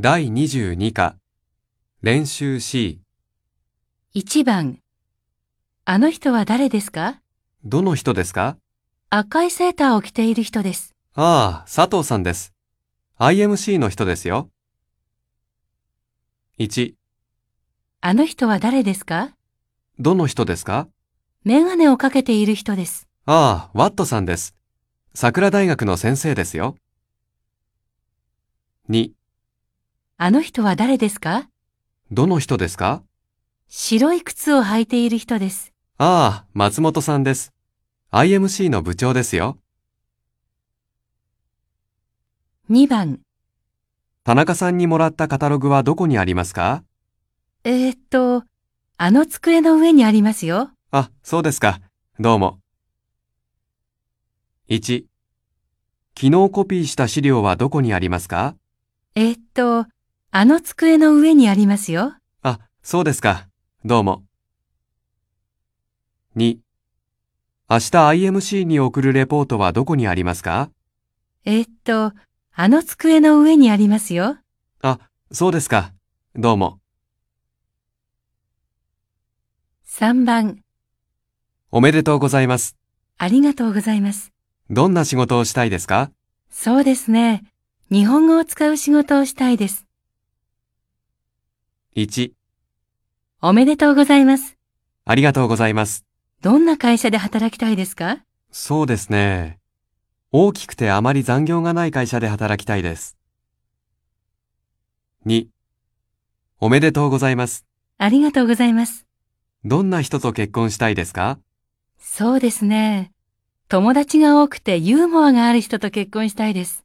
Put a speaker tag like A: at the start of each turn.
A: 第22課、練習 C、
B: 1番あの人は誰ですか
A: どの人ですか
B: 赤いセーターを着ている人です。
A: ああ、佐藤さんです。IMC の人ですよ。1、
B: あの人は誰ですか
A: どの人ですか
B: メガネをかけている人です。
A: ああ、ワットさんです。桜大学の先生ですよ。2、
B: あの人は誰ですか
A: どの人ですか
B: 白い靴を履いている人です。
A: ああ、松本さんです。IMC の部長ですよ。
B: 2番
A: 田中さんにもらったカタログはどこにありますか
B: えー、っと、あの机の上にありますよ。
A: あ、そうですか。どうも。1、昨日コピーした資料はどこにありますか
B: えー、っと、あの机の上にありますよ。
A: あ、そうですか。どうも。2、明日 IMC に送るレポートはどこにありますか
B: えー、っと、あの机の上にありますよ。
A: あ、そうですか。どうも。
B: 3番
A: おめでとうございます。
B: ありがとうございます。
A: どんな仕事をしたいですか
B: そうですね。日本語を使う仕事をしたいです。
A: ?1、
B: おめでとうございます。
A: ありがとうございます。
B: どんな会社で働きたいですか
A: そうですね。大きくてあまり残業がない会社で働きたいです。2、おめでとうございます。
B: ありがとうございます。
A: どんな人と結婚したいですか
B: そうですね。友達が多くてユーモアがある人と結婚したいです。